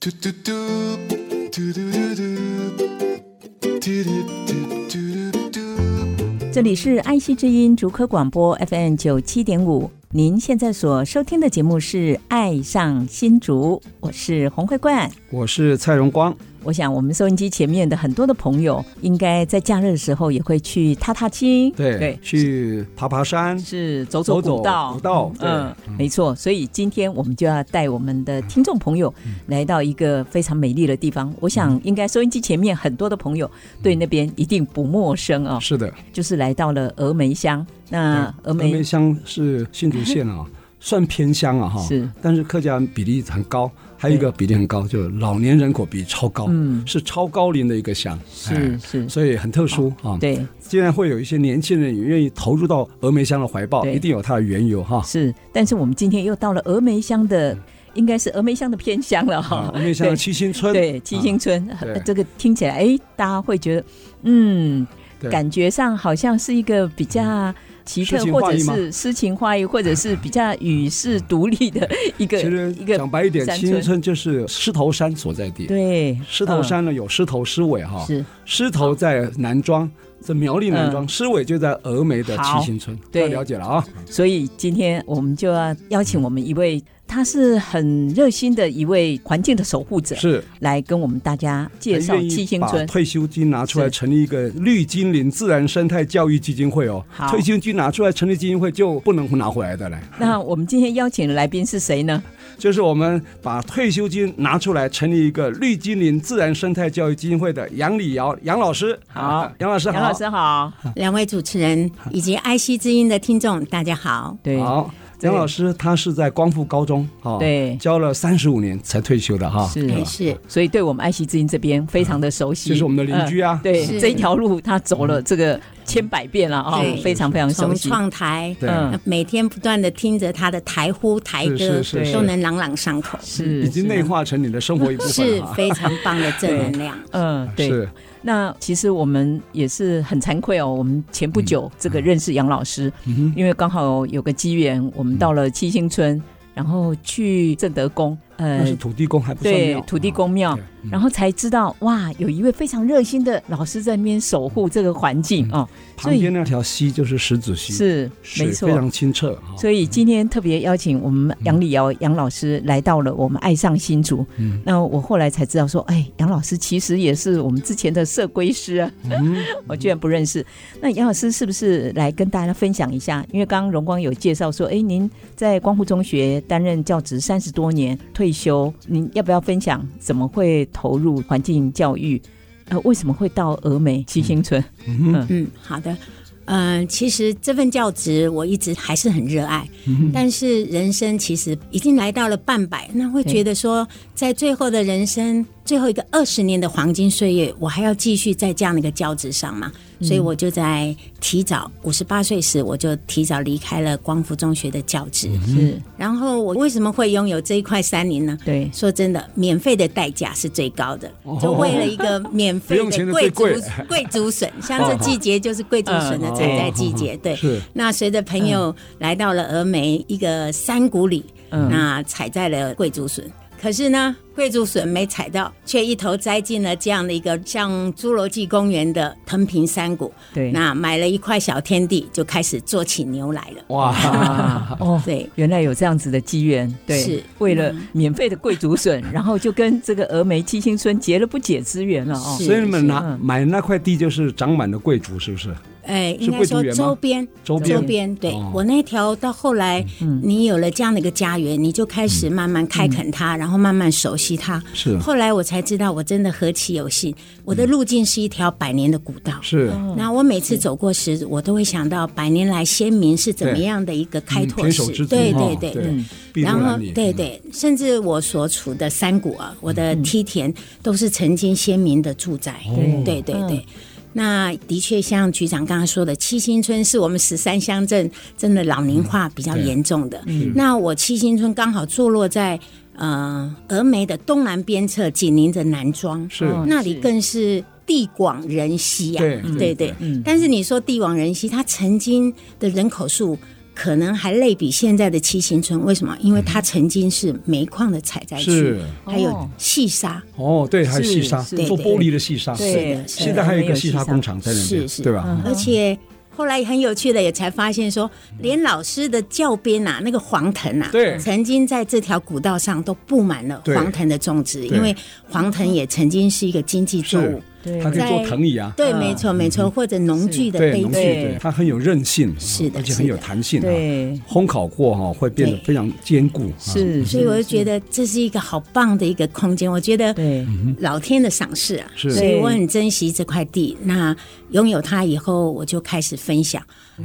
嘟嘟嘟，嘟嘟嘟嘟，嘟嘟嘟嘟嘟嘟。这里是爱惜之音竹科广播 FM 九七点五，您现在所收听的节目是《爱上新竹》，我是洪慧冠。我是蔡荣光，我想我们收音机前面的很多的朋友，应该在假日的时候也会去踏踏青，对，对，去爬爬山，是走走走古道，古道，对，嗯，没错，所以今天我们就要带我们的听众朋友嗯来到一个非常美丽的地方。我想，应该收音机前面很多的朋友对那边一定不陌生哦，是的，就是来到了峨眉乡。那嗯峨峨眉眉乡是新竹县 啊，算偏乡啊哈，是，但是客家人比例很高，还有一个比例很高，就是老年人口比例超高，嗯是超高龄的一个乡，是哎是，哦所以很特殊啊。，对，既然会有一些年轻人也愿意投入到峨眉乡的怀抱，对一定有它的缘由哈。是。但是我们今天又到了峨眉乡的，应该是峨眉乡的偏乡了哈啊，峨眉乡的对七星村，啊对，七星村，对呃这个听起来，哎，大家会觉得，嗯，对嗯感觉上好像是一个比较奇特诗，情或画者意吗是诗情画意，或者是比较与世独立的一个其实一个讲白一点，山七星村就是狮头山所在地。对狮头、山呢有狮头狮尾哈嗯、，是狮头在南庄，这苗栗南嗯庄，狮尾就在峨眉的好七星村，对要了解了啊。所以今天我们就要邀请我们一位，他是很热心的一位环境的守护者，是来跟我们大家介绍很愿意七星把村。退休金拿出来是成立一个绿金林自然生态教育基金会哦好。退休金拿出来成立基金会就不能拿回来的嘞，那我们今天邀请的来宾是谁呢？就是我们把退休金拿出来成立一个绿金林自然生态教育基金会的杨礼尧杨老师。啊好杨老师好，杨老师好，两位主持人以及爱惜之音的听众，大家好。对好。哎对杨老师他是在光复高中哈，对教了三十五年才退休的哈，是对吧也哎是所以对我们爱惜之音这边非常的熟悉，就是我们的邻居啊呃对是这一条路，他走了这个千百遍了嗯啊、对非常非常熟从悉。创台，对嗯每天不断的听着他的台呼台歌是是是，都能朗朗上口，是已经内，化成你的生活一部分是了哈。非常棒的正能量。是嗯，对。是那其实我们也是很惭愧哦，我们前不嗯久这个认识杨老师，因为刚好有个机缘，我们到了七星村，然后去正德宫，那呃是，土地公还不算对庙，土地公庙啊。对然后才知道，哇，有一位非常热心的老师在那边守护这个环境哦，所旁以边那条溪嗯就是石子溪，是水没错，非常清澈哈。所以今天特别邀请我们杨礼尧杨老师来到了我们爱上新竹。嗯那我后来才知道说，哎，杨老师其实也是我们之前的社规师啊， 我居然不认识。那杨老师是不是来跟大家分享一下？因为刚刚荣光有介绍说，哎，您在光复中学担任教职三十多年，退休，您要不要分享怎么会投入环境教育？呃，为什么会到峨眉七星村？嗯，好的。嗯，其实这份教职我一直还是很热爱，但是人生其实已经来到了半百，那会觉得说，在最后的人生最后一个二十年的黄金岁月，我还要继续在这样的一个教职上嘛？所以我就在提早五十八岁时，我就提早离开了光复中学的教职。是然后我为什么会拥有这一块山林呢？对说真的，免费的代价是最高的，就为了一个免费哦不用钱的的贵最族贵 贵族笋，像这季节就是贵族笋的采摘季节。对，哦是那随着朋友来到了峨眉一个山谷里，嗯那采摘了贵族笋。可是呢，贵族笋没采到，却一头栽进了这样的一个像侏罗纪公园的藤坪山谷。对那买了一块小天地，就开始做起牛来了。哇，啊，哦，对，原来有这样子的机缘，对，是嗯为了免费的贵竹笋， 然后就跟这个峨眉七星村结了不解之缘了哦。是所以你们拿嗯买那块地就是长满了贵族，是不是？哎，是应该贵族说园吗周边，周周边边。对哦嗯我那条到后来，你有了这样的一个家园，你就开始慢慢开垦它，然后慢慢熟悉它。嗯是后来我才知道，我真的何其有幸，我的路径是一条百年的古道。是，嗯那我每次走过时，我都会想到百年来先民是怎么对样的一个开嗯拓天手史，之徒对哦对对对对。筚路然后蓝缕对对，甚至我所处的山谷啊，我的梯田都是曾经先民的住宅，对对对。那的确，像局长刚刚说的，七星村是我们十三乡镇真的老龄化比较对严重的。那我七星村刚好坐落在呃峨眉的东南边侧，紧邻着南庄。是哦那里更是地广人稀呀、对对对对对但是你说地广人稀，它曾经的人口数可能还类比现在的七星村，为什么？因为它曾经是煤矿的采摘区嗯是，还有哦细沙，哦，对，还有是细沙，是做对玻璃的细沙，对是的现在还有一个细沙工厂在那边是，是，嗯对吧？而且。后来很有趣的，也才发现说，连老师的教鞭啊，那个黄藤啊，嗯对曾经在这条古道上都布满了对黄藤的种植，对因为黄藤也曾经是一个经济作是物。对它可以做在藤椅啊，对，嗯没错，没错，或者农具的对，杯农具，子，对对，它很有韧性，啊是的而且很有是的弹性，啊。对，烘烤过哈会变得对非常坚固，啊嗯是，所以我就觉得这是一个好棒的一个空间，我觉得对老天的赏识啊，是所以我很珍惜这块地。那拥有它以后，我就开始分享。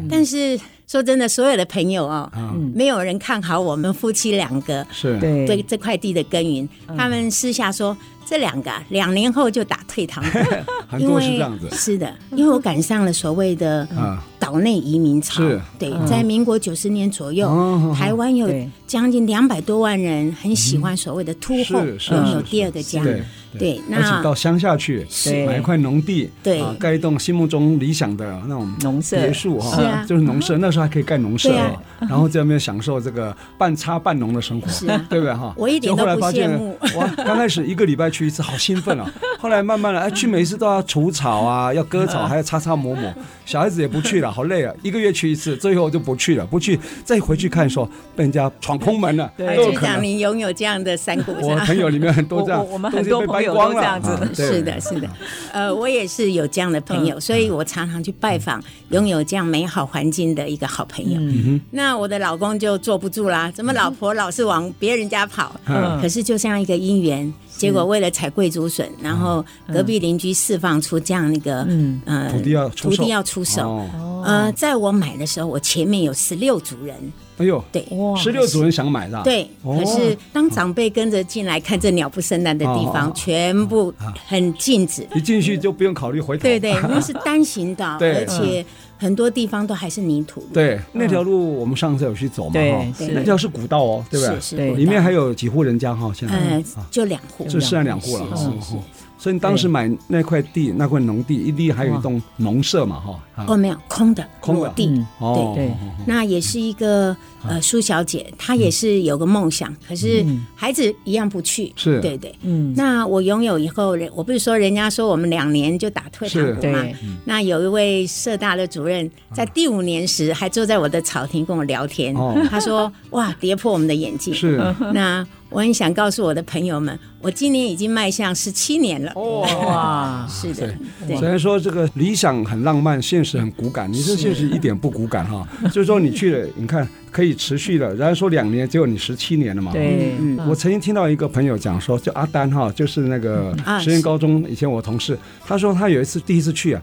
但是说真的，所有的朋友哦，没有人看好我们夫妻两个是，对对这块地的耕耘。他们私下说，这两个啊两年后就打退堂鼓，很因多为是这样子是的，因为我赶上了所谓的啊，岛内移民潮是，嗯对，在民国九十年左右哦，台湾有对将近两百多万人很喜欢所谓的突后是是拥有是第二个家，对对，而且那到乡下去对买一块农地，对啊，盖一栋心目中理想的那种农舍别墅是啊就是农舍，那时候还可以盖农舍对啊哦，然后在那边享受这个半插半农的生活是啊，对不对哈？我一点就后都来不发现羡慕哇，刚开始一个礼拜去一次，好兴奋 啊！后来慢慢的，哎，去每一次都要除草啊，要割 草，还要擦擦抹抹，小孩子也不去了，好累啊！一个月去一次，最后就不去了，不去再回去看的时候，被人家闯空门了，都对有局可长能。你拥有这样的山谷我是吧朋友里面很多这样，我我我们东西很多被朋掰友都光了这样子 啊对嗯是的，是的，呃，我也是有这样的朋友，所以我常常去拜访拥有这样美好环境的一个好朋嗯友。那我的老公就坐不住啦，怎么老婆老是往别人家跑？嗯可是就这样一个姻缘，结果为了采贵竹笋，然后嗯隔壁邻居释放出这样那个嗯呃土地要出土售地要出手。哦，呃，在我买的时候，我前面有十六组人，哎呦，对，十六主人想买的，，对，哦可是当长辈跟着进来看这鸟不生蛋的地哦哦啊方，全部很禁止。一进去就不用考虑回头，对对，那是单行道，对嗯而且很多地方都还是泥土路。对，那条路我们上次有去走嘛，对哈是那条是古道哦，对不对？是对是，里面还有几户人家哈，现在呃啊，就两户，就剩下两户了，是哦哦所以你当时买那块地，那块农地，一地还有一栋农舍嘛，哈，啊哦，没有空的空的嗯裸地。嗯哦，对哦哦那也是一个呃，苏小姐，她也是有个梦想，可是孩子一样不去。嗯是对对。嗯，那我拥有以后，人我不是说人家说我们两年就打退堂鼓嘛是对？嗯那有一位社大的主任在第五年时还坐在我的草坪跟我聊天，哦他说：“哇，跌破我们的眼 镜。”是 那我很想告诉我的朋友们，我今年已经迈向十七年了。哦。哇，是的，对虽然说这个理想很浪漫，现实很骨感，你这现实一点不骨感哈。就是说你去了，你看可以持续的，然后说两年，结果你十七年了嘛。对，嗯我曾经听到一个朋友讲说，就阿丹哈，就是那个啊实验高中以前我同事，他说他有一次第一次去啊，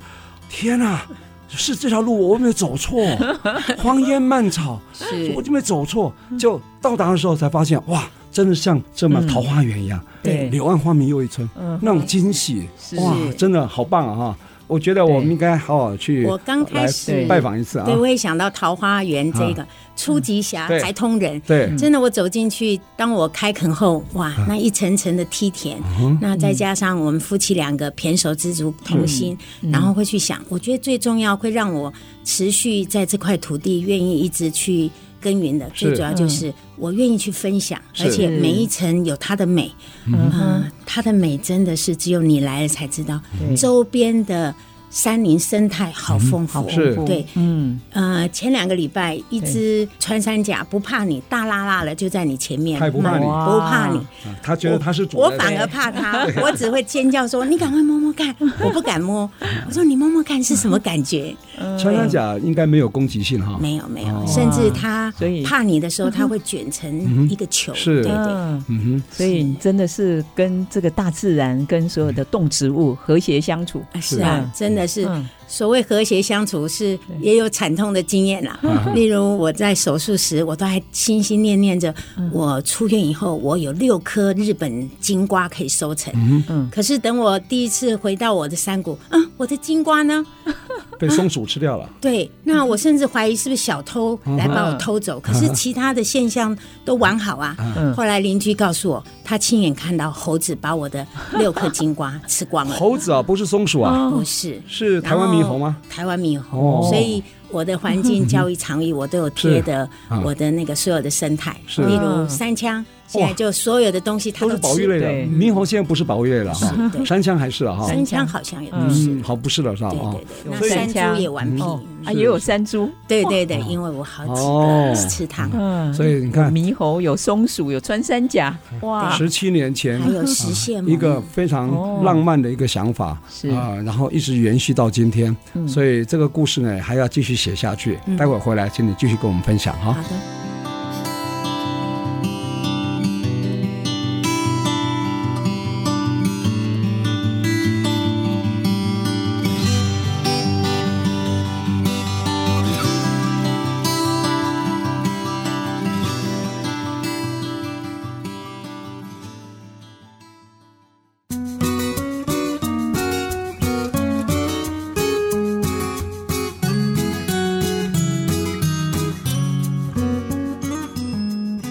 天啊，是这条路我有没有走错？荒烟蔓草， 是我就没走错。就到达的时候才发现，哇，真的像这嗯么桃花源一样，哎对柳暗花明又一村，嗯那种惊喜，是哇，真的好棒啊哈！我觉得我们应该好好去，我刚开始来拜访一次啊对，，我也想到桃花源这个初级侠对才通人。对，啊真的，我走进去，当我开垦后，哇，那一层层的梯田，嗯那再加上我们夫妻两个胼手知足同心，嗯然后会去想，我觉得最重要会让我持续在这块土地愿意一直去耕耘的，是嗯最主要就是我愿意去分享，是而且每一层有它的美，嗯，它的美真的是只有你来了才知道，嗯周边的山林生态好丰富，是丰富对，嗯，呃，前两个礼拜，一只穿山甲不怕你，大拉拉的就在你前面，它也不怕你不怕你，啊他觉得他是主我人，哎反而怕它， 我只会尖叫说：“你赶快摸摸看！”我不敢摸，我说：“你摸摸看是什么感觉？”穿山甲应该没有攻击性哈，没有没哦嗯有，甚至它所以怕你的时候，它会卷成一个球，是对对。嗯，嗯所以你真的是跟这个大自然、跟所有的动植物和谐相处。啊，是啊嗯，真的是嗯所谓和谐相处，是也有惨痛的经验啦。嗯 例如我在手术时，我都还心心念念着，嗯我出院以后，我有六颗日本金瓜可以收成。嗯可是等我第一次回到我的山谷，嗯，我的金瓜呢？哼，被松鼠吃掉了，对，那嗯我甚至怀疑是不是小偷来把我偷走，可是其他的现象都完好啊。嗯后来邻居告诉我，他亲眼看到猴子把我的六颗金瓜吃 光哦了。猴子啊，不是松鼠啊，不是，是台湾猕猴吗？？台湾猕猴，哦所以我的环境教育场域我都有贴的 是啊，我的那个所有的生态，是例如三枪，现在就所有的东西它都是保育吃。类的，对猕猴现在不是保育类了哈，对山羌还是了哈，三枪好像也不是，嗯，好不是了是吧？对啊对，对，那所以山三猪枪也顽皮。哦啊，也有山猪，对对对，因为我好几哦个吃糖，嗯，所以你看，猕猴有松鼠，有穿山甲，哇，十七年前还有实现嗯一个非哦常浪漫的一个想法。是哦啊、然后一直延续到今天，嗯所以这个故事呢还要继续写下去。待会儿回来，请你继续跟我们分享哈。好的。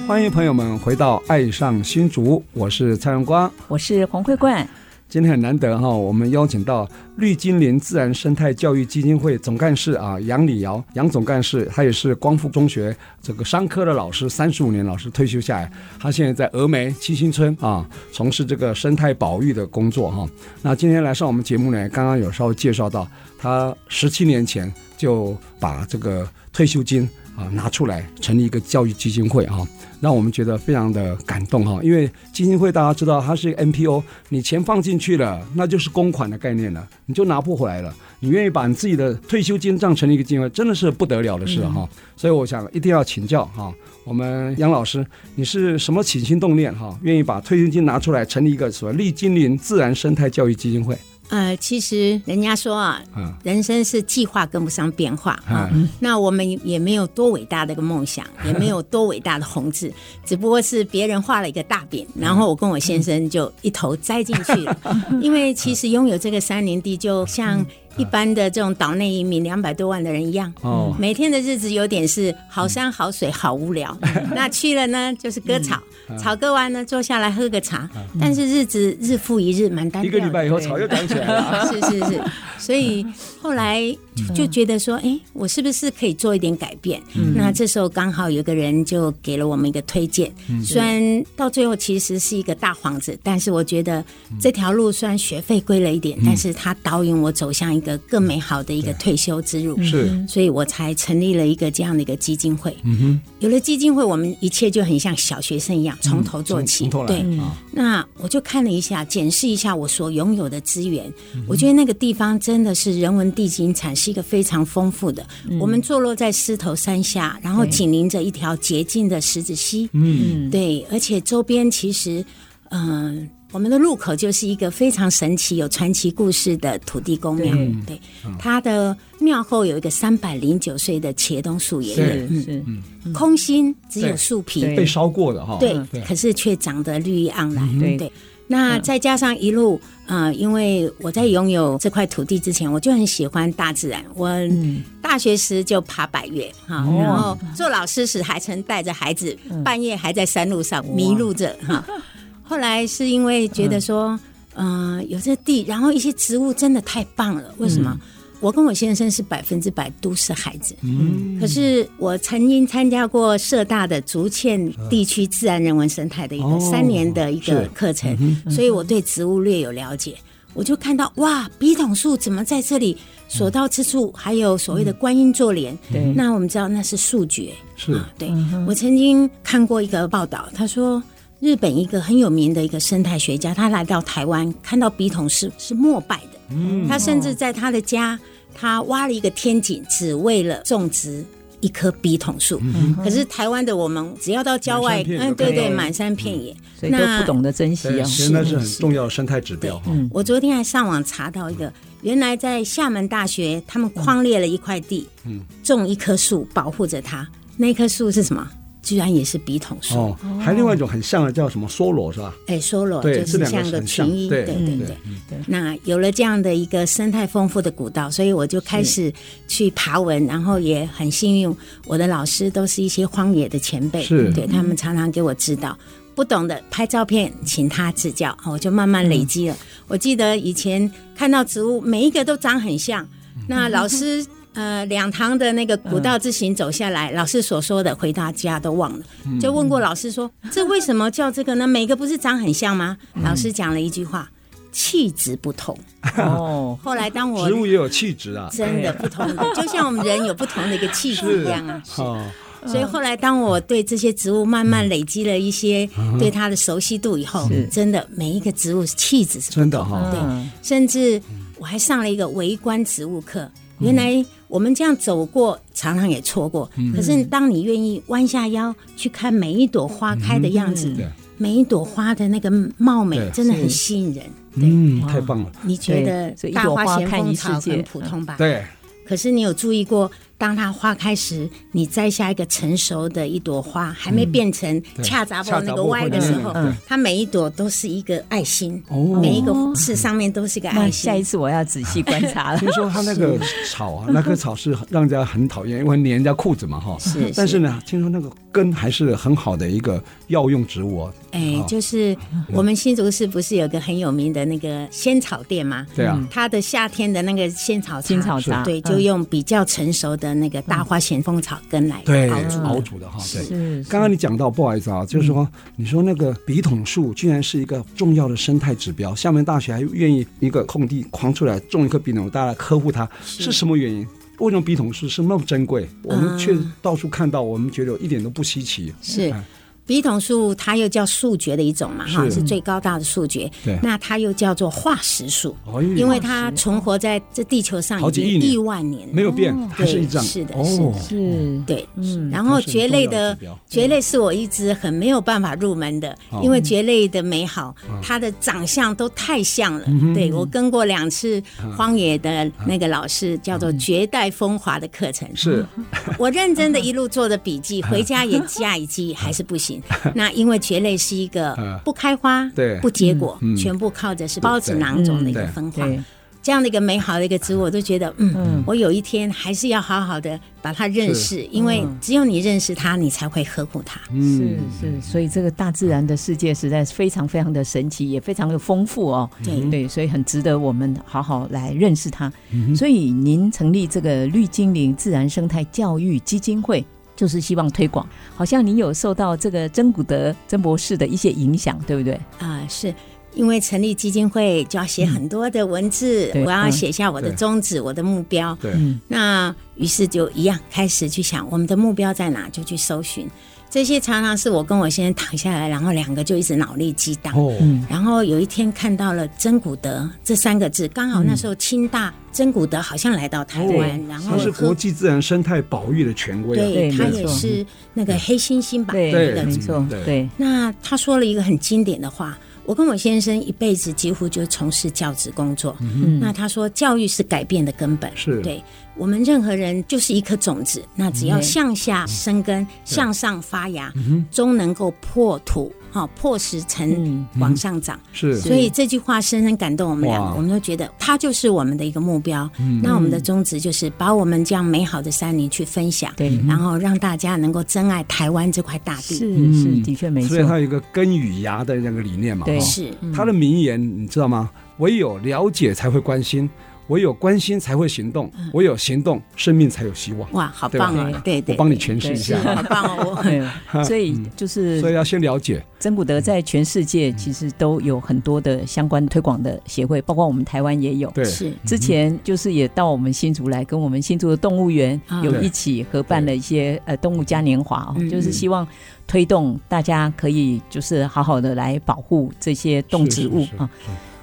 欢迎朋友们回到《爱上新竹》，我是蔡荣光。我是黄慧冠，今天很难得哈，我们邀请到绿金林自然生态教育基金会总干事啊杨礼尧，杨总干事，他也是光复中学这个商科的老师，三十五年老师退休下来，他现在在峨眉七星村啊从事这个生态保育的工作哈、那今天来上我们节目呢，刚刚有稍微介绍到，他十七年前就把这个退休金啊拿出来成立一个教育基金会啊，让我们觉得非常的感动哈、因为基金会大家知道它是一个 NPO。你钱放进去了，那就是公款的概念了，你就拿不回来了。你愿意把你自己的退休金当成一个金额，真的是不得了的事哈、所以我想一定要请教哈、我们杨老师，你是什么起心动念哈、愿意把退休金拿出来成立一个所谓绿金林自然生态教育基金会？呃，其实人家说啊，嗯人生是计划跟不上变化啊。嗯那我们也没有多伟大的一个梦想， 也没有多伟大的宏志，只不过是别人画了一个大饼，然后我跟我先生就一头栽进去 了。因为其实拥有这个山林地，就像一般的这种岛内移民两百多万的人一样。哦，每天的日子有点是好山好水好 无聊，嗯那去了呢就是割草，草割完呢坐下来喝个茶，但是日子日复一日蛮单嗯一调个的。礼拜以后草又长起来了。啊 嗯是是是，所以后来就就觉得说，哎、我是不是可以做一点改变？那这时候刚好有个人就给了我们一个推荐，嗯虽然到最后其实是一个大幌子，但是我觉得嗯这条路虽然学费贵了一点，但是它导引我走向一个更美好的一个退休之路。是，所以我才成立了一个这样的一个基金会。嗯有了基金会，我们一切就很像小学生一样，从头做起。从头来对，啊，那我就看了一下，检视一下我所拥有的资源，嗯我觉得那个地方真的是人文地景产是一个非常丰富的。我们坐落在狮头山下，然后紧邻着一条洁净的石子溪，嗯，对，而且周边其实，嗯、我们的入口就是一个非常神奇、有传奇故事的土地公庙。嗯对，它的庙后有一个三百零九岁的茄冬树爷爷，是是，空心，只对有树皮。被烧过的哈。哦对嗯对，可是却长得绿意盎然。对对，那再加上一路，呃，因为我在拥有这块土地之前，我就很喜欢大自然。我大学时就爬百越哈，然后做老师时还曾带着孩子半夜还在山路上迷路着哈。 后来是因为觉得说，嗯、有这地，然后一些植物真的太棒了。为什么？我跟我先生是百分之百都市孩子，嗯，可是我曾经参加过社大的竹堑地区自然人文生态的一哦个三年的一个是嗯课程，所以我对植物略有了解。我就看到哇，笔筒树怎么在这嗯里所到之处，还有所谓的观音坐莲。对那我们知道那是树蕨，是啊，对、我曾经看过一个报道，他说日本一个很有名的一个生态学家，他来到台湾，看到笔筒是是膜拜的，他甚至在他的家。他挖了一个天井，只为了种植。一棵笔筒树，可是台湾的我们只要到郊外满山，遍野嗯，对对，对满山遍野。所以都不懂得珍惜对哦。现在是很重要的生态指对标哈。我昨天还上网查到一个，原来在厦门大学，他们框列了一块地，种一棵树，保护着它。那棵树是什么？居然也是笔筒树。哦，还另外一种很像的叫什么梭罗是吧？哎，solo 对就这是两个像个很像群医，对对嗯对对对。那有了这样的一个生态丰富的古道，所以我就开始去爬文，然后也很幸运，我的老师都是一些荒野的前辈，是对他们常常给我指导。不懂的拍照片，请他指教，哦我就慢慢累积了。我记得以前看到植物，每一个都长很像。那老师呃，两堂的那个古道之行走下来，老师所说的回答家都忘了，就问过老师说：“这为什么叫这个呢？每个不是长很像吗？”老师讲了一句话：“气质不同。哦”，后来当我植物也有气质啊。真的不同的， 就像我们人有不同的一个气质一样啊。哦，所以后来，当我对这些植物慢慢累积了一些嗯对它的熟悉度以后是，真的每一个植物气质是不真的哦哈。嗯甚至我还上了一个围观植物课。嗯原来我们这样走过，常常也错过。嗯可是当你愿意弯下腰去看每一朵花开的样子，对每一朵花的那个貌美嗯对，真的很吸引人。嗯，太棒了。你觉所得以一大朵花花咸看一世丰草界嗯很普通吧？对，可是你有注意过，当它花开时，你摘下一个成熟的一朵花，还没变成恰杂恰包杂那包个歪的时候嗯嗯，它每一朵都是一个爱心，哦每一个是上面都是一个那爱心下一。次我要仔细观察 了。哦听说它那个草啊，那棵草是让人家很讨厌，因为粘人家裤子嘛哈。是是但是呢，听说那个根还是很好的一个药用植物哦。嗯哎，就是我们新竹市不是有个很有名的那个仙草店吗？对啊，它的夏天的那个仙草茶仙草茶对，嗯就用比较成熟的那个大花咸丰草根来对，熬煮。熬煮的哈。对。是刚刚你讲到，不好意思啊，就是说，你说那个笔筒树居然是一个重要的生态指标，厦门大学还愿意一个空地框出来种一棵笔筒，大家来呵护它，是什么原因？为什么笔筒树是那么珍贵？我们却到处看到，我们觉得一点都不稀奇。是哎笔筒树，它又叫树蕨的一种嘛，哈，是是最高大的树蕨对。那它又叫做化石树，哎呦因为它存活在这地球上好已几亿经年亿万年了。没有变，还是对一张。是的是哦的，是，对，嗯，然后它是很蕨类重要的的指标嗯蕨类是我一直很没有办法入门的，因为蕨类的美好，嗯它的长相都太像了。对我跟过两次嗯荒野的那个老师叫做绝代风华的课程，是 我认真的一路做的笔嗯记，回家也加一记，还是 不行。那因为蕨类是一嗯个不开花、对不结果嗯，全部靠着是孢子囊中的一个对分化。对，这样的一个美好的一个植物，我都觉得，嗯，我有一天还是要好好的把它认识，因为嗯只有你认识它，你才会呵护它。是是，所以这个大自然的世界实在是非常非常的神奇，也非常的丰富哦。对对，所以很值得我们好好来认识它。所以您成立这个绿精灵自然生态教育基金会。就是希望推广，好像您有受到这个曾古德曾博士的一些影响，对不对？啊、是。因为成立基金会就要写很多的文字，对我要嗯写下我的嗯对宗旨、我的目标。对，那于是就一样开始去想我们的目标在哪，就去搜寻。这些常常是我跟我先生躺下来，然后两个就一直脑力激荡。哦，然后有一天看到了“真古德”这三个字，刚好那时候清大真古德好像来到台湾，然后它是喝国际自然生态保育的权威啊。对对他没也错是那个黑猩猩吧？对，对嗯没错，对对，那他说了一个很经典的话，我跟我先生一辈子几乎就从事教职工作。嗯那他说，教育是改变的根本，嗯是对我们任何人就是一颗种子，那只要向下生嗯根、向上发芽，终能够破土。啊，破石嗯层往上涨，是所以这句话深深感动我们两哇嗯个，我们都觉得它就是我们的一个目标。那我们的宗旨就是把我们这样美好的山林去分享，对嗯然后让大家能够珍爱台湾这块大地。是是，的确没错嗯所以。它有一个根与芽的那个理念嘛。哦对哈是嗯他的名言你知道吗？唯有了解才会关心，唯有关心才会行动，嗯唯有行动，生命才有希望。哇，好对吧棒啊！对对，我帮你诠释一是下， 好棒哦！我对，所以就是嗯所以要先了解。真古德在全世界其实都有很多的相关推广的协会，包括我们台湾也有。对，是之前就是也到我们新竹来，跟我们新竹的动物园啊有一起合办了一些呃动物嘉年华哦，嗯就是希望推动大家可以就是好好的来保护这些动植物是是是啊。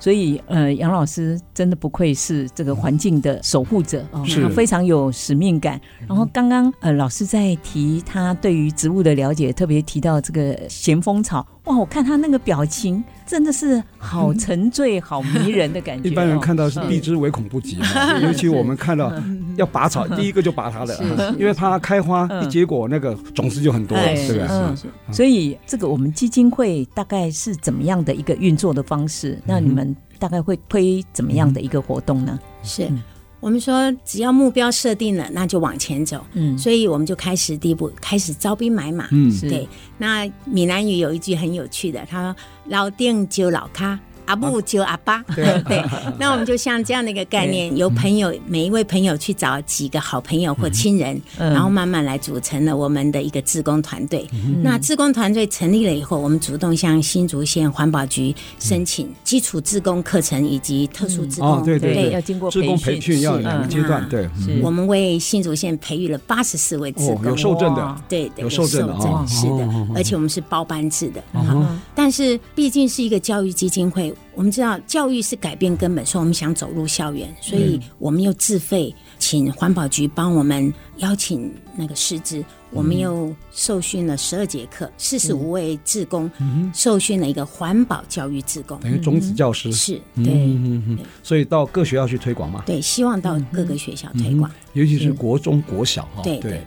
所以呃，杨老师真的不愧是这个环境的守护者哦，嗯是他非常有使命感。然后刚刚呃，老师在提他对于植物的了解，特别提到这个咸丰草，哇，我看他那个表情真的是好哦沉醉、好迷人的感觉。嗯 一般人看到是哦避之唯恐不及 嘛，尤其我们看到要拔草，第一个就拔它的，因为怕它开花嗯一结果那个种子就很多了，哎对不对？嗯所以这个我们基金会大概是怎么样的一个运作的方式？那你们大概会推怎么样的一个活动呢？是嗯我们说，只要目标设定了，那就往前走。嗯，所以我们就开始第一步，开始招兵买马。嗯，是对，那闽南语有一句很有趣的，他说“老定就老咖，阿布就阿巴”， 对。那我们就像这样的一个概念，由朋友每一位朋友去找几个好朋友或亲人，嗯然后慢慢来组成了我们的一个志工团队。那志工团队成立了以后，我们主动向新竹县环保局申请基础志工课程以及特殊志工。哦对对对要经过职工培训要是两个嗯阶段，嗯对，是我们为新竹县培育了八十四位志哦，工，有受证的哇，对的，有受证的哦是的哦哦哦，而且我们是包班制的。哦但是毕竟是一个教育基金会，我们知道教育是改变根本，所以我们想走入校嗯园，所以我们又自费请环保局帮我们邀请那个师嗯资，我们又受训了十二节课，四十嗯五位志工受训了一个环保教育志工，等于种子教师，是嗯对哎嗯嗯，嗯所以到各学校去推广嘛，对，希望到各个学校推嗯广，尤其是国中、国小哈，对对，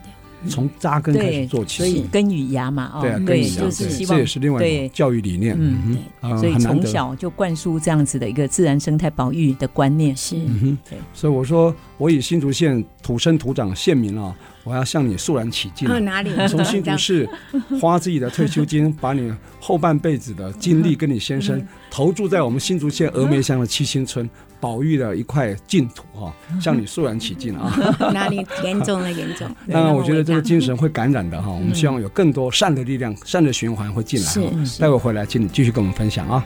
从扎根开始对，做所以起，根与芽嘛，哦，对啊，跟对，你一样，就是对希这望也是另外一对种教育理念，嗯嗯哼，啊所以很难从得小就灌输这样子的一个自然生态保育的观念，是嗯所以我说，我以新竹县土生土长县民啊，我要向你肃然起敬。啊哦哪里 从新竹市花自己的退休金，把你后半辈子的精力跟你先生嗯投注在我们新竹县峨眉乡的七星村，保育了一块净土哈、向你肃然起敬啊！哪里严重了严重。 当然，我觉得这个经精 神会感染的哈、我们希望有更多善的力量、善的循环会进来、哈嗯是是待会回来，请你继续跟我们分享啊。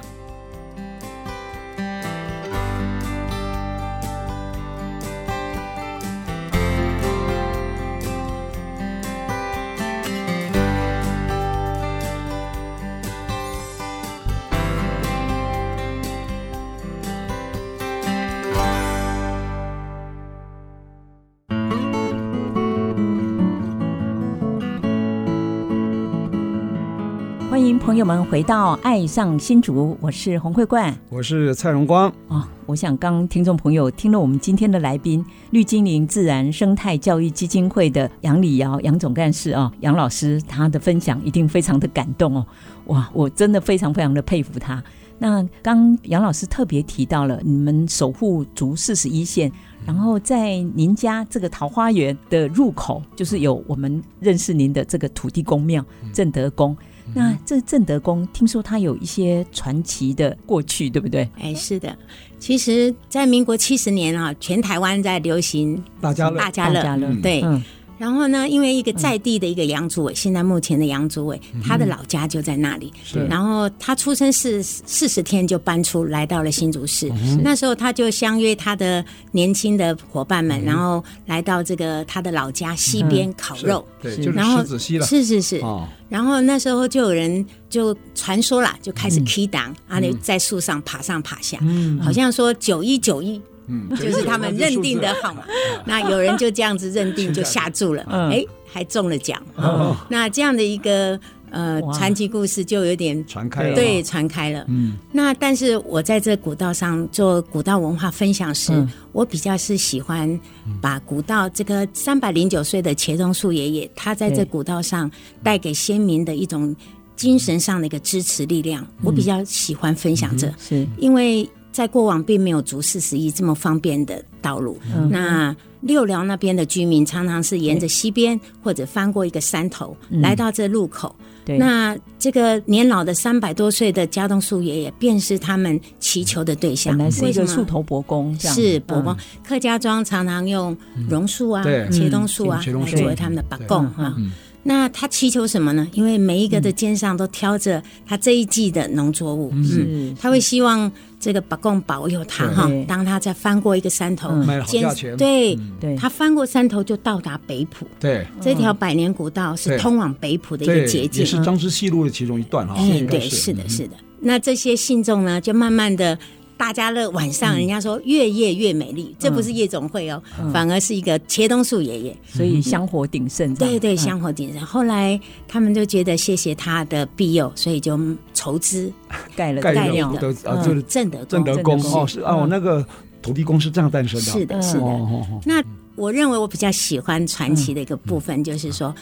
欢迎朋友们回到《爱上新竹》，我是洪慧冠。我是蔡荣光，哦，我想刚听众朋友听了我们今天的来宾绿精灵自然生态教育基金会的杨礼尧杨总干事哦，杨老师他的分享一定非常的感动哦，哇，我真的非常非常的佩服他。那刚杨老师特别提到了你们守护竹四十一线，然后在您家这个桃花源的入口，就是有我们认识您的这个土地公庙正德宫。那这正德宫听说它有一些传奇的过去，对不对？哎，是的，其实，在民国七十年啊，全台湾在流行大家乐大家乐，大家乐嗯对。嗯，然后呢，因为一个在地的一个杨祖伟，现在目前的杨祖伟，嗯他的老家就在那里。是然后他出生四四十天就搬出来到了新竹嗯市，那时候他就相约他的年轻的伙嗯伴们，然后来到这个他的老家西边烤肉。对，是嗯就是然后狮子溪了是是是，啊。然后那时候就有人就传说啦，就开始 key 档、啊，就在树上爬上爬下，好像说九一嗯九一嗯， 就是他们认定的号码。啊那有人就这样子认 定就下注了，嗯哎，还中了奖。哦那这样的一个呃哇传奇故事就有点传开了，啊对，传开了。嗯，那但是我在这古道上做古道文化分享时，嗯我比较是喜欢把古道这个三百零九岁的茄中树爷爷，他在这对古道上带给先民的一种精神上的一个支持力量，我比较喜欢分享这，是因为在过往并没有足四十一这么方便的道路，嗯那六寮那边的居民常常是沿着西边或者翻过一个山头，来到这路口。对那这个年老的三百多岁的家栋树爷爷，便是他们祈求的对象。本来是一为什个么树头伯公，这样是伯公嗯，客家庄常常用榕树嗯啊、对茄冬树嗯啊茄冬来树作为他们的把供嗯啊。那他祈求什么呢？因为每一个的肩上都挑着他这一季的农作物，嗯，是他会希望这个把供保佑他哈对。当他再翻过一个山头嗯，卖了好肩价钱，对，对，嗯他翻过山头就到达北浦。对，这条百年古道对是通往北浦的一这个捷也径。是张之西路的其中一段哈，哎应，该对，是的，嗯是的。那这些信众呢，就慢慢的大家乐晚上，人家说越夜越美丽，这嗯不是夜总会哦，反而是一个茄冬树爷爷。所以香火鼎盛这样。嗯对对，嗯香火鼎盛。后来他们就觉得谢谢他的庇佑，所以就筹资盖了盖盖了一了个的啊，就是正德正宫正德德宫宫哦，是哦，那个土地公是这样诞生的，是的，嗯嗯是的。哦哦那我认为我比较喜欢传奇的一个部分，就是说，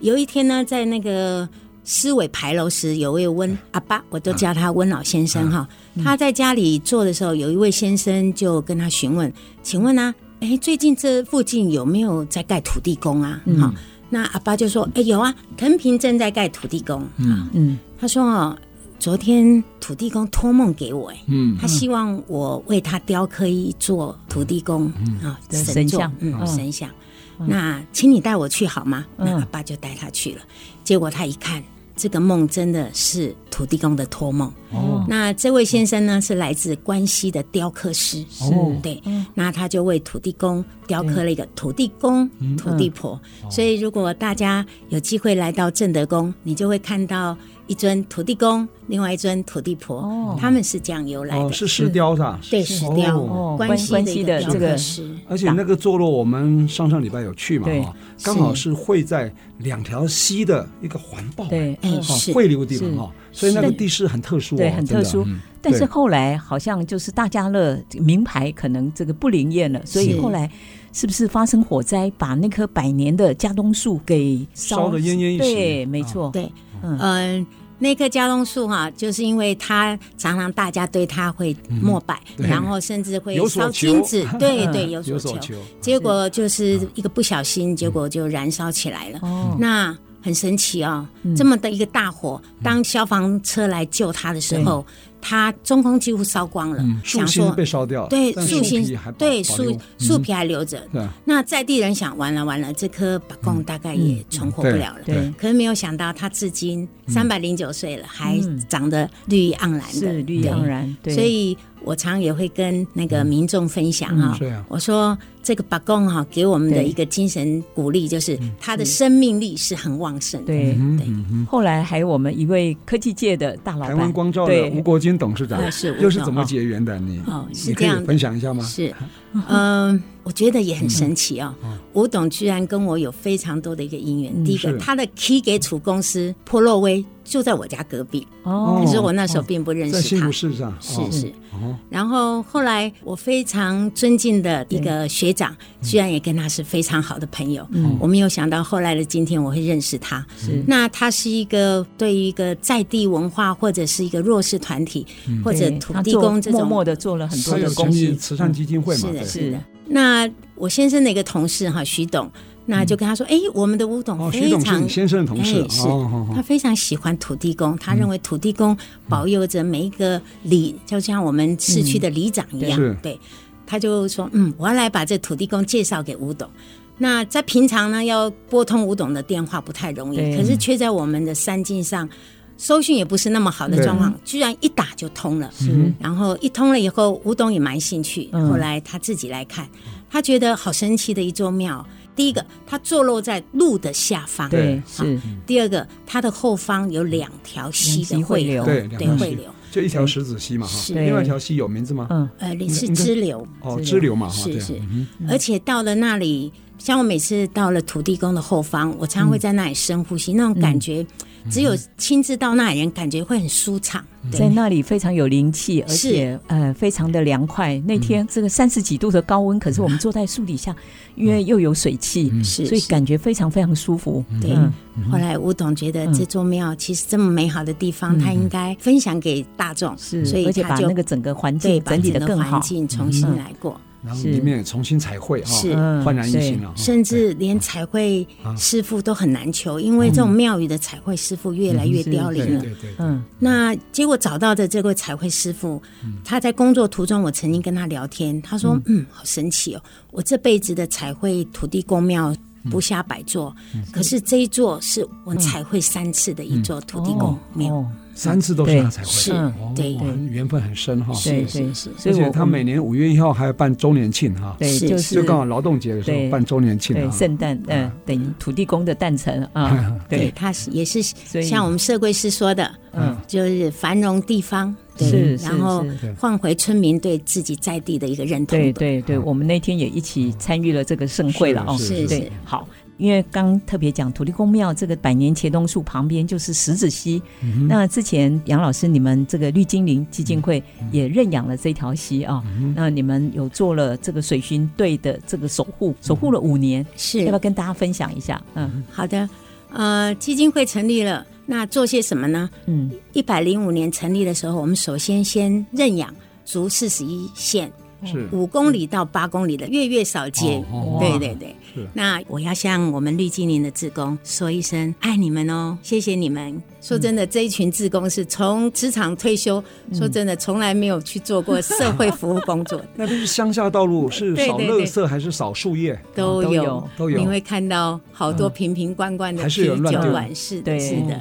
有一天呢，在那个思维牌楼时，有位嗯温阿爸，我都叫他温老先生哈。他在家里做的时候，有一位先生就跟他询问：“请问呢、啊，哎，最近这附近有没有在盖土地公啊？”嗯哈、那阿爸就说：“哎，有啊，藤平正在盖土地公。”嗯嗯，他说：“哦，昨天土地公托梦给我，哎，嗯他希望我为他雕刻一座土地公啊的神神座像，嗯，嗯神像。那请你带我去好吗？嗯那阿爸就带他去了。结果他一看，这个梦真的是土地公的托梦。嗯哦那这位先生呢，是来自关西的雕刻师，哦对，嗯那他就为土地公雕刻了一个土地公、嗯土地婆。哦所以，如果大家有机会来到正德宫，你就会看到一尊土地公，另外一尊土地婆，哦他们是这样由来的。哦，是石雕是吧？对石雕，哦哦关关系系的的一个这雕刻个师。而且那个坐落，我们上上礼拜有去嘛，对哈，刚好是汇在两条溪的一个环抱，对，哎嗯哈，是汇流的地方是哈，所以那个是地势很特殊哦，对，很真特的殊。嗯但是对后来好像就是大家乐这个名牌可能这个不灵验了，所以是后来是不是发生火灾，把那棵百年的加冬树给烧得奄奄一息啊对，没哦错，对，嗯嗯、那棵加冬树哈、就是因为它常常大家对它会膜拜，嗯对然后甚至会有所烧求嗯金 子，对对，有有所所求。求，嗯结果就是一个不小心，结果就燃烧起来了。哦，那很神奇哦，嗯这么的一个大火，当消防车来救他的时候，他中空几乎烧光了，嗯树想心说被烧掉了，对但树皮心还保对保树留嗯树皮还留着。对啊那在地人想，完了完了，这棵白贡大概也存活不了了。嗯对，嗯可是没有想到，它至今三百零九岁了，还长得绿意盎然的，是绿意盎然，对，嗯所以我常也会跟那个民众分享哈、嗯是啊我说这个八公哈给我们的对嗯一个精神鼓励，就是他的生命力是很旺盛的。对。对，后来还有我们一位科技界的大老嗯台板，湾光照的对吴国军董事长啊是吴又是总怎么哦结缘的？你哦是你可这样以的分享一下吗？是，嗯、我觉得也很神奇哦。嗯吴董居然跟我有非常多的一个姻缘。第一个是，他的 Key 给楚公司波洛威就在我家隔壁，嗯哦，可是我那时候并不认在识新他。竹市上，哦是是，哦然后后来我非常尊敬的一个学长，嗯居然也跟他是非常好的朋友。嗯，我没有想到后来的今天我会认识他。嗯是那他是一个对于一个在地文化或者是一个弱势团体、嗯或者对土他地做公这种默默的做了很多他有的成公立益，慈善基金会嘛？嗯是的，对是的是。那我先生的一个同事哈，徐董，那就跟他说：“哎，我们的吴董嗯哦，徐非董是常你先生的同事哎，是嗯哦他哦非常喜欢土地公，他认为土地公保佑着每一个里，就像我们市区的里长一样。嗯对，他就说：“嗯，我要来把这土地公介绍给吴董。”那在平常呢，要拨通吴董的电话不太容易，对可是却在我们的山径上，收讯也不是那么好的状况，居然一打就通了。是然后一通了以后，吴董也蛮兴趣，嗯后来他自己来看，他觉得好神奇的一座庙。第一个，它坐落在路的下方，啊对，啊好是第二个，它的后方有两条溪的两溪汇流流，对两条溪汇哦流，就一条石子溪嘛哈，是另外一条溪有名字吗？嗯，呃，应是该支流，哦，支支流嘛哈，对是啊是，，嗯而且到了那里，像我每次到了土地公的后方，我常常会在那里深呼吸，那种嗯感觉，只有亲自到那里人感觉会很舒畅，在嗯对，那里非常有灵气，而是且呃非常的凉快。那天这个三十几度的高温，可是我们坐在树底下，因为又有水汽，是所以是感觉非常非常舒服。对嗯嗯，后来吴董觉得这座庙其实这么美好的地方，他应该分享给大众，嗯是，所以而且他把就那个整个环对境把整体的整更个好嗯环，境重新来过，然后是里面也重新彩绘是哈，嗯焕然一新了哈。甚至连彩绘师傅都很难求，因为这种庙宇的彩绘师傅越来越凋对零对了。对对，嗯嗯，那结果找到的这位彩绘师傅，他在工作途中，我曾经跟他聊天，他说：“嗯，好神奇哦，我这辈子的彩绘土地公庙嗯不下百座，可是这一座是我彩绘三次的一座土地公庙。哦，三次都是他彩绘，是哦对哇缘分很深哈。对是对，是所而以且我他每年五月一号还要办周年庆哈，对是就是是就刚好劳动节的时候对办周年庆对啊。圣诞呃等于土地公的诞辰啊，对， 对，他是也是以像我们社会师说的，嗯就是繁荣地方对是然后是是换回村民对自己在地的一个认同对度。对对，我们那天也一起参与了这个盛会了哦。是是对，好，因为刚特别讲土地公庙这个百年茄冬树旁边就是石子溪，那之前杨老师你们这个绿精灵基金会也认养了这条溪啊、那你们有做了这个水巡队的这个守护，守护了五年，是要不要跟大家分享一下？嗯好的，呃，基金会成立了，那做些什么呢？嗯，一百零五年成立的时候，我们首先先认养足四十一线是五公里到八公里的月月扫街，嗯哦哦对哇对对是。那我要向我们绿精灵的志工说一声，爱你们哦，谢谢你们。说真嗯的，这一群志工是从职场退休，说真的从来没有去做过社会服务工 作，那边是乡下道路，是对扫对垃对圾还是扫树叶？都都有有哦都有嗯你会看到好多瓶瓶罐罐的还啤是有酒人乱丢碗，是的，对是哦的，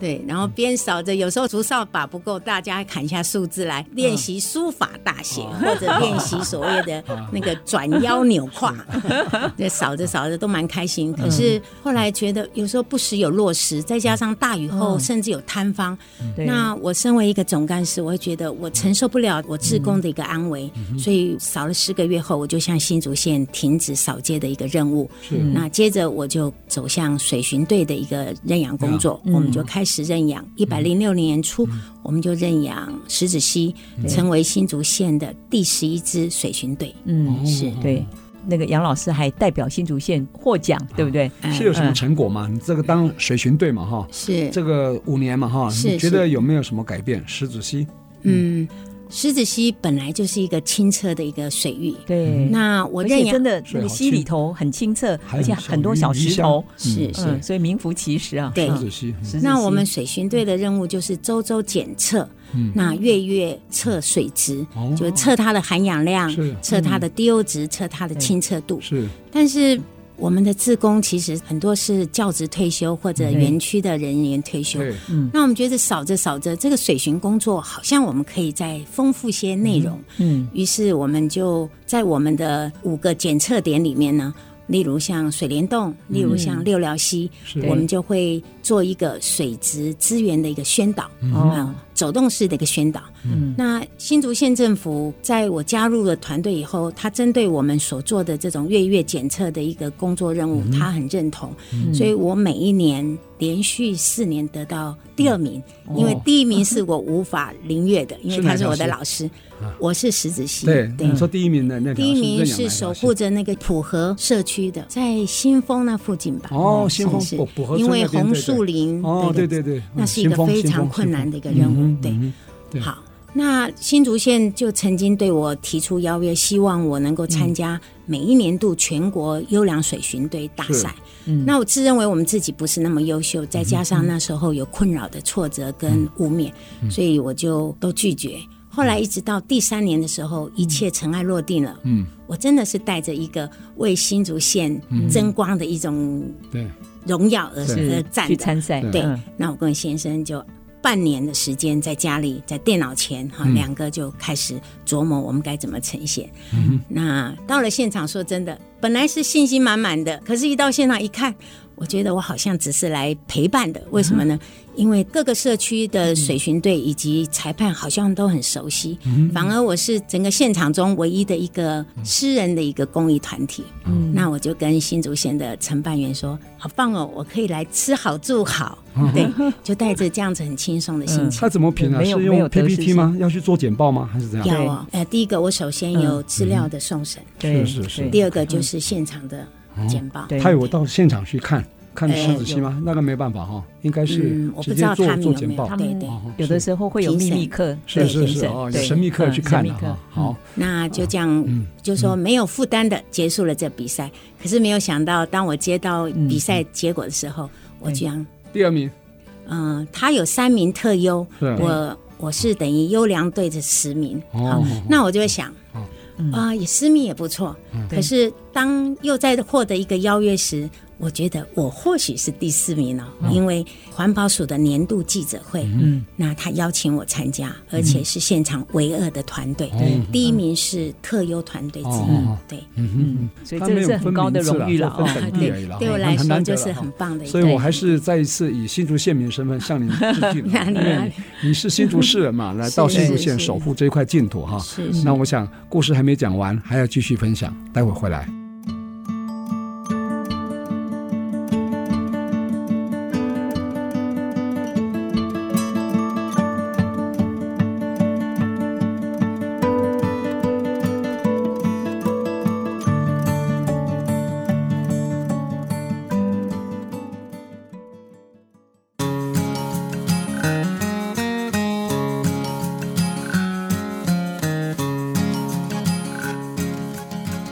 对。嗯然后边扫着，有时候竹扫把不够，大家砍下树枝来练习书法大写，哦或者练习所谓 的那个转腰扭胯。 对，扫着扫着都蛮开心。嗯可是后来觉得有时候不时有落石，再加上大雨后嗯甚至有塌方，对，那我身为一个总干事，我会觉得我承受不了我志工的一个安危，嗯所以少了十个月后，我就向新竹县停止扫街的一个任务。是嗯那接着我就走向水巡队的一个认养工作，嗯我们就开始认养。一百零六年初，我们就认养石子溪，成为新竹县的第十一支水巡队。嗯哦是对，那个杨老师还代表新竹县获奖，对不对？哎是有什么成果吗？你这个当水巡队嘛哈，是这个五年嘛哈，是你觉得有没有什么改变？石子溪嗯，石子溪本来就是一个清澈的一个水域，对，那我嗯而且认养真的那水个好溪清里头很清澈，还而且有小很多鱼小鱼石虾头，是是。嗯，所以名副其实啊。对石嗯子溪，嗯石子那溪嗯我们水巡队的任务就是周周检测，那月月测水质，嗯哦就测它的含氧量是，测它嗯的 DO 值，测它的清澈度。是但是我们的志工其实很多是教职退休或者园区的人员退休，对那我们觉得扫着扫着，这个水巡工作好像我们可以再丰富些内容。嗯于是我们就在我们的五个检测点里面呢，例如像水帘洞，例如像六寮溪，是我们就会做一个水质资源的一个宣导，嗯啊，走动式的一个宣导。嗯那新竹县政府在我加入了团队以后，他针对我们所做的这种月月检测的一个工作任嗯务，他很认同，所以我每一年连续四年得到第二名，因为第一名是我无法凌越 的，因为嗯哦是哪他是我条的溪老师，我是石子溪，啊对，嗯你说第一名的那条第一认名养来是的守护着那个浦河社区的，在新丰那附近吧？哦新丰嗯是浦浦河村因为那边红对对树林，哦，对对对，嗯那是一个新丰非新常丰困新难丰的一个任务嗯，对。嗯对好，那新竹县就曾经对我提出邀约，希望我嗯能够参加每一年度全国优良水巡队大赛。嗯那我自认为我们自己不是那么优秀，再加上那时候有困扰的挫折嗯跟污蔑，所以我就都拒绝。后来一直到第三年的时候，一切尘埃落定了。嗯，我真的是带着一个为新竹县嗯争光的一种对，荣耀而是而战去的。参赛，对嗯，那我跟先生就半年的时间在家里，在电脑前哈，两个就开始琢磨我们该怎么呈现。那到了现场，说真的，本来是信心满满的，可是一到现场一看，我觉得我好像只是来陪伴的。为什么呢？因为各个社区的水巡队以及裁判好像都很熟悉，反而我是整个现场中唯一的一个私人的一个公益团体。嗯那我就跟新竹县的承办员说：“好棒哦，我可以来吃好住好。”对，就带着这样子很轻松的心情。他怎么评啊？没有是没用有得失 PPT 心吗？要去做简报吗？还是怎样？要哦，呃，第一个我首先有资料的送审，对是是第二个就是现场的简报。嗯对，哦他有到现场去看看哎狮子溪吗？那个没办法哈，应该是嗯，我直不知接道做他们做有简没有报。他。们对对，哦有的时候会有秘密课，是是对是评是审哦，有对神秘客去嗯看的神秘哈课。好，那就这样，嗯就说没有负担的结束了这比赛。可是没有想到，当我接到比赛结果的时候，我居然，第二名嗯、他有三名特优，是啊我我是等于优良队的十名。哦哦好，那我就会想，嗯啊、也十名也不错。可是当又在获得一个邀约时，我觉得我或许是第四名了、因为环保署的年度记者会，嗯那他邀请我参加，而且是现场唯二的团队，嗯第一名是特优团队之一，哦对。嗯所以他这没个有是很分高名的次荣誉啦了就哦分。等地而已啦对我很来很说难得就了是哈很棒的一所以个。我还是再一次以新竹县民身份向您致敬啊， 哪里因哪为里你你是新竹市人嘛，来到是新竹是县是守护这块净土哈。是是那我想故事还没讲完，还要继续分享，待会回来。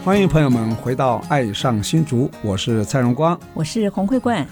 欢迎朋友们回到《爱上新竹》，我是蔡荣光我是洪慧冠，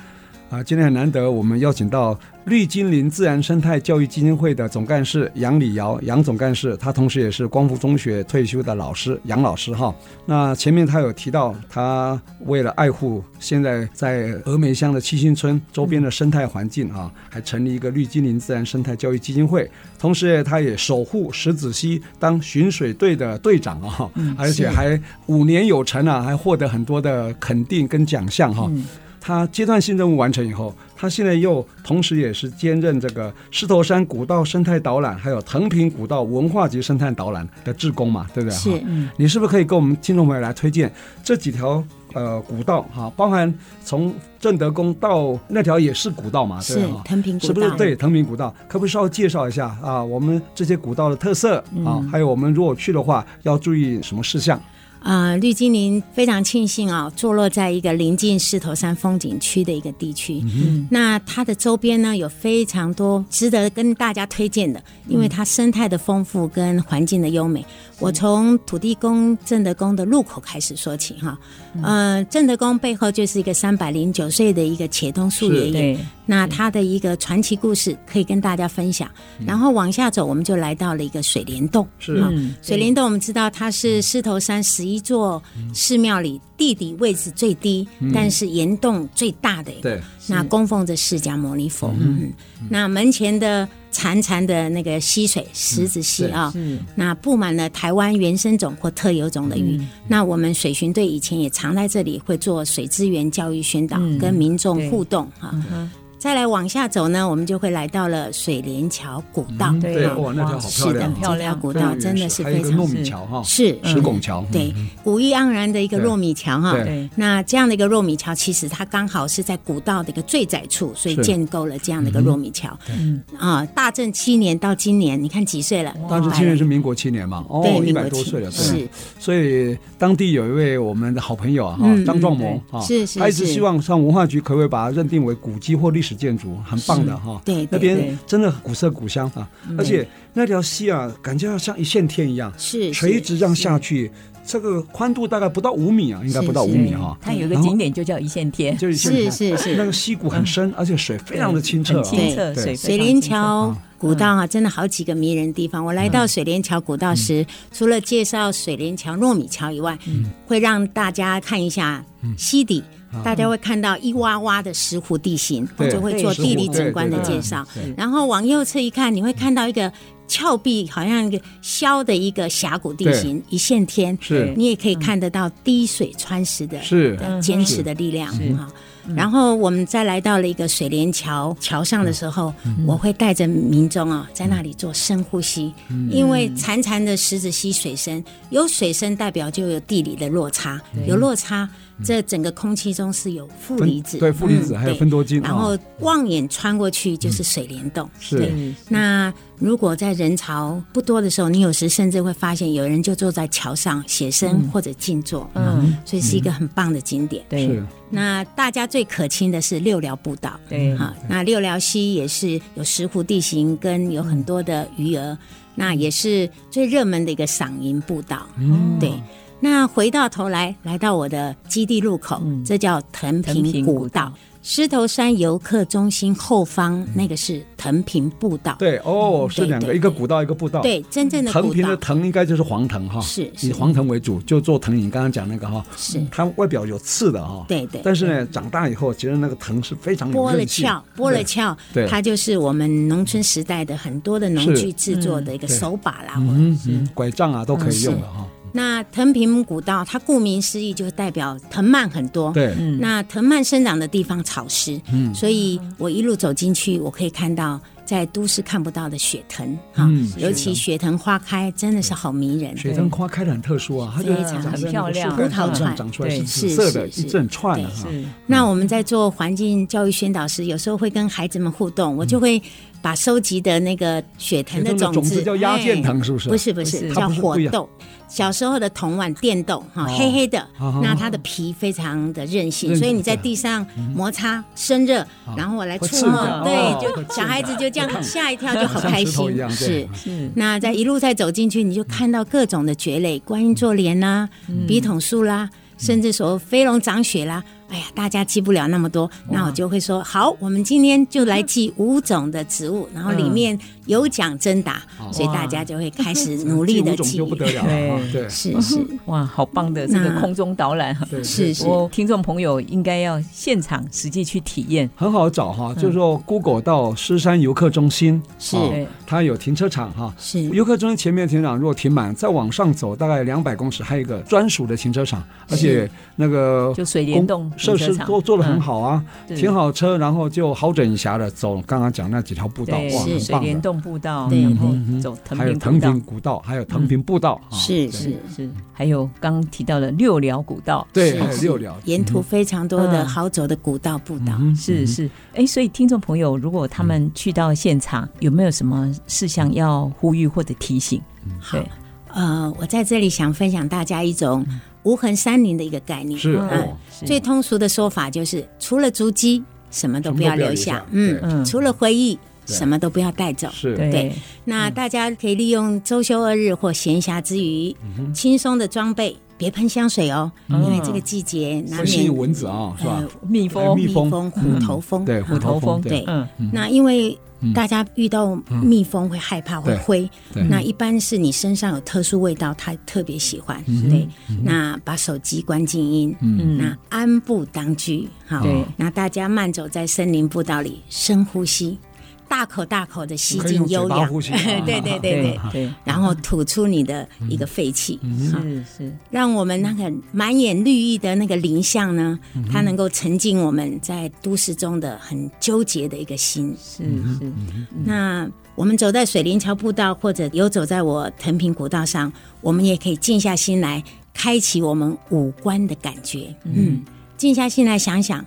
啊。今天很难得，我们邀请到绿金林自然生态教育基金会的总干事杨礼尧，杨总干事，他同时也是光复中学退休的老师杨老师哈。那前面他有提到，他为了爱护现在在峨眉乡的七星村周边的生态环境啊，还成立一个绿金林自然生态教育基金会，同时他也守护石子溪当巡水队的队长啊，而且还五年有成啊，还获得很多的肯定跟奖项哈、嗯他阶段性任务完成以后，他现在又同时也是兼任这个石头山古道生态导览，还有藤坪古道文化及生态导览的志工嘛，对不对？哈是你是不是可以跟我们听众朋友来推荐这几条呃古道哈、包含从正德宫到那条也是古道嘛，对是吧？藤平古道，是不是对藤明古道？可不可以稍微介绍一下啊？我们这些古道的特色啊，嗯还有我们如果去的话要注意什么事项？啊、绿精灵非常庆幸啊、坐落在一个临近狮头山风景区的一个地区。那它的周边呢，有非常多值得跟大家推荐的，因为它生态的丰富跟环境的优美。我从土地公正德宫的入口开始说起哈。呃，正德宫背后就是一个三百零九岁的一个茄东树是爷爷。对，那他的一个传奇故事可以跟大家分享。然后往下走，我们就来到了一个水帘洞。是啊嗯水帘洞我们知道它嗯是狮头山十一座寺庙里地理位置最低，但是岩洞最大的一嗯个。对，那供奉着释迦牟尼佛。嗯，那门前的潺潺的那个溪水，石子溪嗯对啊、是那布满了台湾原生种或特有种的鱼。嗯那我们水巡队以前也常在这里会做水资源教育宣导，嗯跟民众对互动哈、嗯哼再来往下走呢，我们就会来到了水帘桥古道。对对，啊哇，那嗯条好漂是的亮，嗯漂，亮这条古对道真的是还有非一个嗯常糯米是桥哈，是嗯石拱桥，对古意盎然的一个嗯对糯米桥哈。对对，那这样的一个糯米桥，其实它刚好是在古道的一个最窄处，所以是建构了这样的一个糯米桥。嗯啊，大正七年到今年，你看几岁了？当时百七年是民国七年嘛，哦对，，一民百国多岁了，七对。是所以当地有一位我们的好朋友啊，哈、嗯张壮谋嗯啊，是是他一直是希望上文化局可不可以把它认定为古迹或历史建筑，很棒的哈、对对嗯那对边真的古色古香啊，而且那条溪啊，感觉要像一线天一样，是垂是直这样下去，这个宽度大概不到五米啊，应该是不到五是米哈、它有一个然后景点就叫一线天，就是一线是天。是是嗯那个溪谷很深，而且水非常的清很澈、啊，清澈，对水水水帘桥古道啊，真的好几个迷人地嗯方。我来到水帘桥古道时，除了介绍水帘桥、糯米桥以外，嗯会让大家看一下溪底，大家会看到一洼洼的石湖地形，我啊对就会做对地理石湖对景观的对对介绍对嗯对。然后往右侧一看，你会看到一个峭壁，好像一个削的一个峡谷地形，一线天，是你也可以看得到滴水穿石的嗯是嗯的坚持的力量哈。然后我们再来到了一个水帘桥桥上的时候，嗯我会带着民众啊、在那里做深呼吸，嗯因为潺潺的石子溪水声，有水声代表就有地理的落差，有落差，这整个空气中是有负嗯分离子，对负离子嗯还有对分多金然后望眼穿过去就是水帘洞，是那如果在人潮不多的时候，你有时甚至会发现有人就坐在桥上写生或者静坐，嗯，所以是一个很棒的景点。嗯对是那大家最可亲的是六寮步道，对好，那六寮溪也是有石湖地形跟有很多的鱼儿，那也是最热门的一个赏银步道，嗯，对。那回到头来，来到我的基地入口，这叫藤藤平平古古道。狮头山游客中心后方那个是藤平步道，对哦，是两个，嗯对一个古道，一个步道。，对，真正的藤古平道的藤应该就是黄藤哈，是是以黄藤为主，就做藤椅。刚刚讲那个哈，嗯是它外表有刺的哈，对对但是呢，长大以后，其实那个藤是非常有剥了韧嗯性壳，剥了对壳对，它就是我们农村时代的很多的农具是制作的一个对手把啦。或者嗯嗯，拐杖啊都可以嗯用是的哈。那藤平古道，它顾名思义就代表藤蔓很多。。对，嗯那藤蔓生长的地方潮湿，所以我一路走进去，我可以看到在都市看不到的雪藤哈、嗯尤其雪藤花开真的是好迷人。雪藤花开的很特殊啊，它就非常长在那个很漂亮树干上葡萄串长出来是对紫色的，是是一整串的对哈。那我们在做环境教育宣导时，有时候会跟孩子们互嗯动，我就会把收集的那个雪藤的雪藤的种种子子叫鸭剑藤哎是不是不是不不是，是它叫不是火不一样豆。小时候的铜碗电豆哈，哦黑黑的哦，那它的皮非常的韧性，韧性嗯所以你在地上摩擦生热，然后我来触摸啊会刺，的哦对，会就刺的小孩子就这样吓一跳，就好像开石头一心样，是对。是那在一路再走进去，你就看到各种的蕨类，观音座莲啦、嗯笔筒树啦，甚至所谓飞龙掌雪啦。哎呀，大家记不了那么多，那我就会说好，我们今天就来记五种的植物，然后里面有奖征答，嗯所以大家就会开始努力 的种记就。不得了了啊对！对，是是哇，好棒的这个那空中导览哈！对是是，我听众朋友应该要现场实际去体验，很好找哈，就是说 Google 到狮山游客中心，嗯是哦对它有停车场哈。是游客中心前面停车场如果停满，再往上走大概两百公尺，还有一个专属的停车场，而且那个就水帘洞哦设停施车场都做得很好啊，嗯停好车，然后就好整以暇的走刚刚讲那几条步道，对哇，是很水棒帘的。洞步道，对然后嗯哼走藤还有平步藤道嗯平，古道，还有藤平步道，啊是对是。是还有刚提到的六寮古道，对，是还有是六寮，沿途非常多的嗯好走的古道步道。嗯是是，哎，所以听众朋友，如果他们去到现场，有没有什么事项要呼吁或者提醒？好对，嗯呃，我在这里想分享大家一种无痕山林的一个概念。是嗯哦，是最通俗的说法就是，除了足迹，什么都不要留下。什么都不要留下对嗯嗯，除了回忆，什么都不要带走。是对嗯对那大家可以利用周休二日或闲暇之余，嗯轻松的装备，别喷香水哦，嗯因为这个季节难会吸免引蚊子啊，是吧呃？蜜哎蜂蜜，蜜蜂蜂、虎头蜂。对，嗯虎头蜂，对，嗯，那因为大家遇到蜜蜂会害怕、嗯会对灰，对那一般是你身上有特殊味道，它特别喜欢。嗯对，那把手机关静音，嗯那安步当居，好对，那大家慢走在森林步道里，深呼吸，大口大口的吸可以用进嘴优巴氧呼吸嗯对 对对对，对，然后吐出你的一个废气，好是是，让我们那个满眼绿意的那个林相呢，嗯它能够沉浸我们在都市中的很纠结的一个心。是嗯是，嗯那我们走在水林桥步道，或者游走在我藤平古道上，我们也可以静下心来，开启我们五官的感觉。嗯，静下心来想想，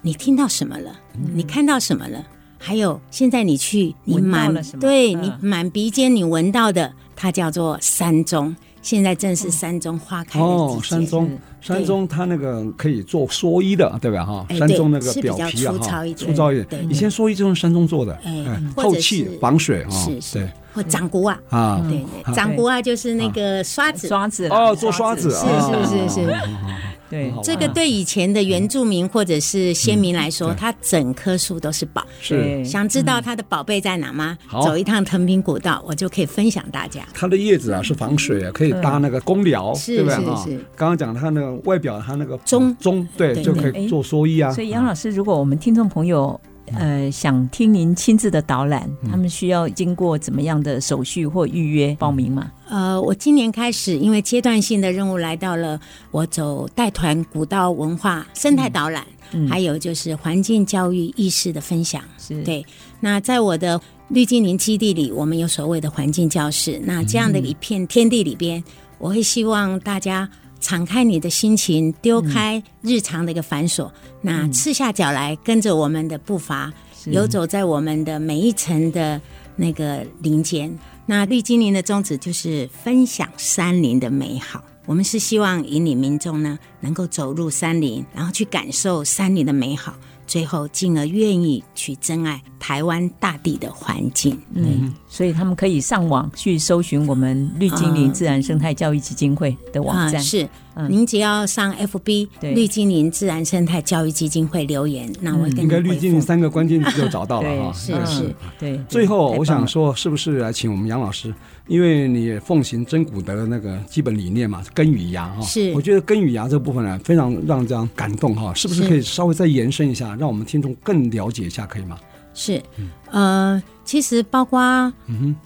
你听到什么了？嗯你看到什么了？还有，现在你去，你闻到满了什么对嗯你满鼻尖你闻到的，它叫做山棕。现在正是嗯山棕花开的季节。嗯哦，山棕，山棕它那个可以做蓑衣的，对吧？哈，哎山棕那个对是比表较皮啊，粗哈糙一，点粗糙一对点。对以前蓑衣就用山棕做的，哎哎或者透气是防水啊，是是对，或掌骨啊，啊，对对，掌骨啊就是那个刷子，刷子啦哦，做刷子啊，是是是是啊，啊啊啊对很好玩这个对以前的原住民或者是先民来说，嗯对它整棵树都是宝。是对想知道它的宝贝在哪吗？好走一趟藤平古道，我就可以分享大家。它的叶子啊是防水啊，可以搭那个公寮，嗯是对不对是啊是？刚刚讲它那个外表，它那个棕棕，对，对哎就可以对做蓑衣啊。所以杨老师，如果我们听众朋友嗯呃想听您亲自的导览，他们需要经过怎么样的手续或预嗯约报名嘛？呃，我今年开始，因为阶段性的任务来到了，我走带团古道文化生态导览，嗯还有就是环境教育意识的分享。是，对，那在我的绿精灵基地里，我们有所谓的环境教室。那这样的一片天地里边，我会希望大家敞开你的心情，丢开日常的一个繁琐，那赤下脚来，跟着我们的步伐，游走在我们的每一层的那个林间。那绿精灵的宗旨就是分享山林的美好。我们是希望引领民众呢，能够走入山林，然后去感受山林的美好，最后进而愿意去珍爱台湾大地的环境。嗯，所以他们可以上网去搜寻我们绿精灵啊自然生态教育基金会的网啊、站，是嗯您只要上 FB 对绿精灵自然生态教育基金会留言，那嗯我会跟应你该回绿复。精灵三个关键字就找到了对哈。 是对是嗯对。最后，太我棒想了说，是不是来请我们杨老师？因为你也奉行真古德的那个基本理念嘛，根与芽哈。是啊我觉得根与芽这部分呢，非常让人家感动哈。是不是是可以稍微再延伸一下，让我们听众更了解一下，可以吗？是，嗯呃，其实包括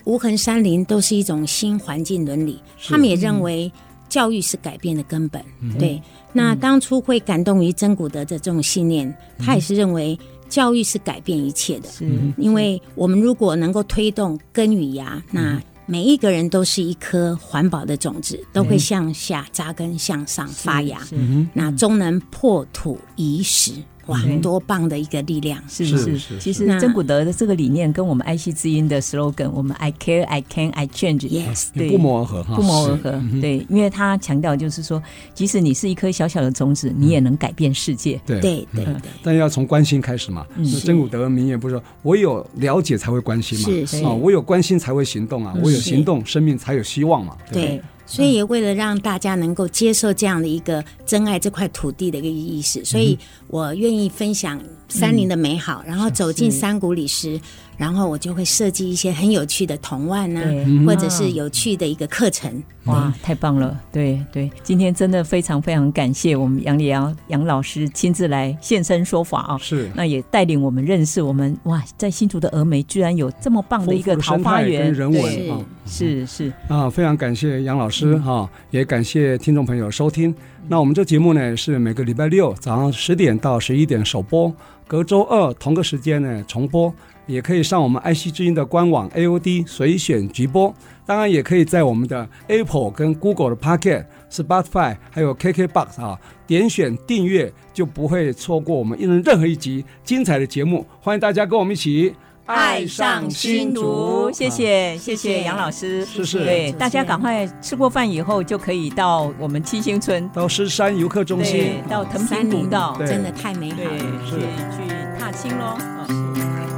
无痕山林都是一种新环境伦理，他们也认为教育是改变的根本。嗯对，那当初会感动于真古德的这种信念，他也是认为教育是改变一切的，嗯是，嗯因为我们如果能够推动根与芽，嗯那。每一个人都是一颗环保的种子，都会向下扎根，向上发芽。是嗯那终能破土移石，哇嗯，多棒的一个力量！是是是是其是实真古德的这个理念跟我们爱惜之音的 slogan，我们 I care, I can, I change， Yes，也对不谋而合哈。不谋而啊是。嗯合。对，因为他强调就是说，即使你是一颗小小的种子，嗯你也能改变世界。对。对对对，但要从关心开始嘛。嗯是真古德名言不是说我有了解才会关心嘛？是是啊，我有关心才会行动啊，嗯我有是行动，生命才有希望嘛。对不对对，所以也为了让大家能够接受这样的一个珍爱这块土地的一个意识，嗯所以我愿意分享山林的美好，然后走嗯进山谷里时，然后我就会设计一些很有趣的童玩啊，对嗯或者是有趣的一个课程。哇，太棒了！对对，今天真的非常非常感谢我们杨丽瑶杨老师亲自来现身说法啊、是。那也带领我们认识我们哇，在新竹的峨眉居然有这么棒的一个丰富桃生花态源，跟人对文对啊。是是，啊，非常感谢杨老师哈、也感谢听众朋友收听。那我们这节目呢是每个礼拜六早上十点到十一点首播，隔周二同个时间呢重播，也可以上我们爱惜之音的官网 AOD 随选直播，当然也可以在我们的 Apple 跟 Google 的 Pocket、Spotify 还有 KKBox 啊点选订阅，就不会错过我们任任何一集精彩的节目。欢迎大家跟我们一起爱上新竹哦谢啊谢谢谢谢谢杨老师，是是对谢谢大家赶快吃过饭以后就可以到我们七星村，到狮山游客中心对，，到啊藤山平古林道，对真的太美好对了。，是去去踏青喽。嗯是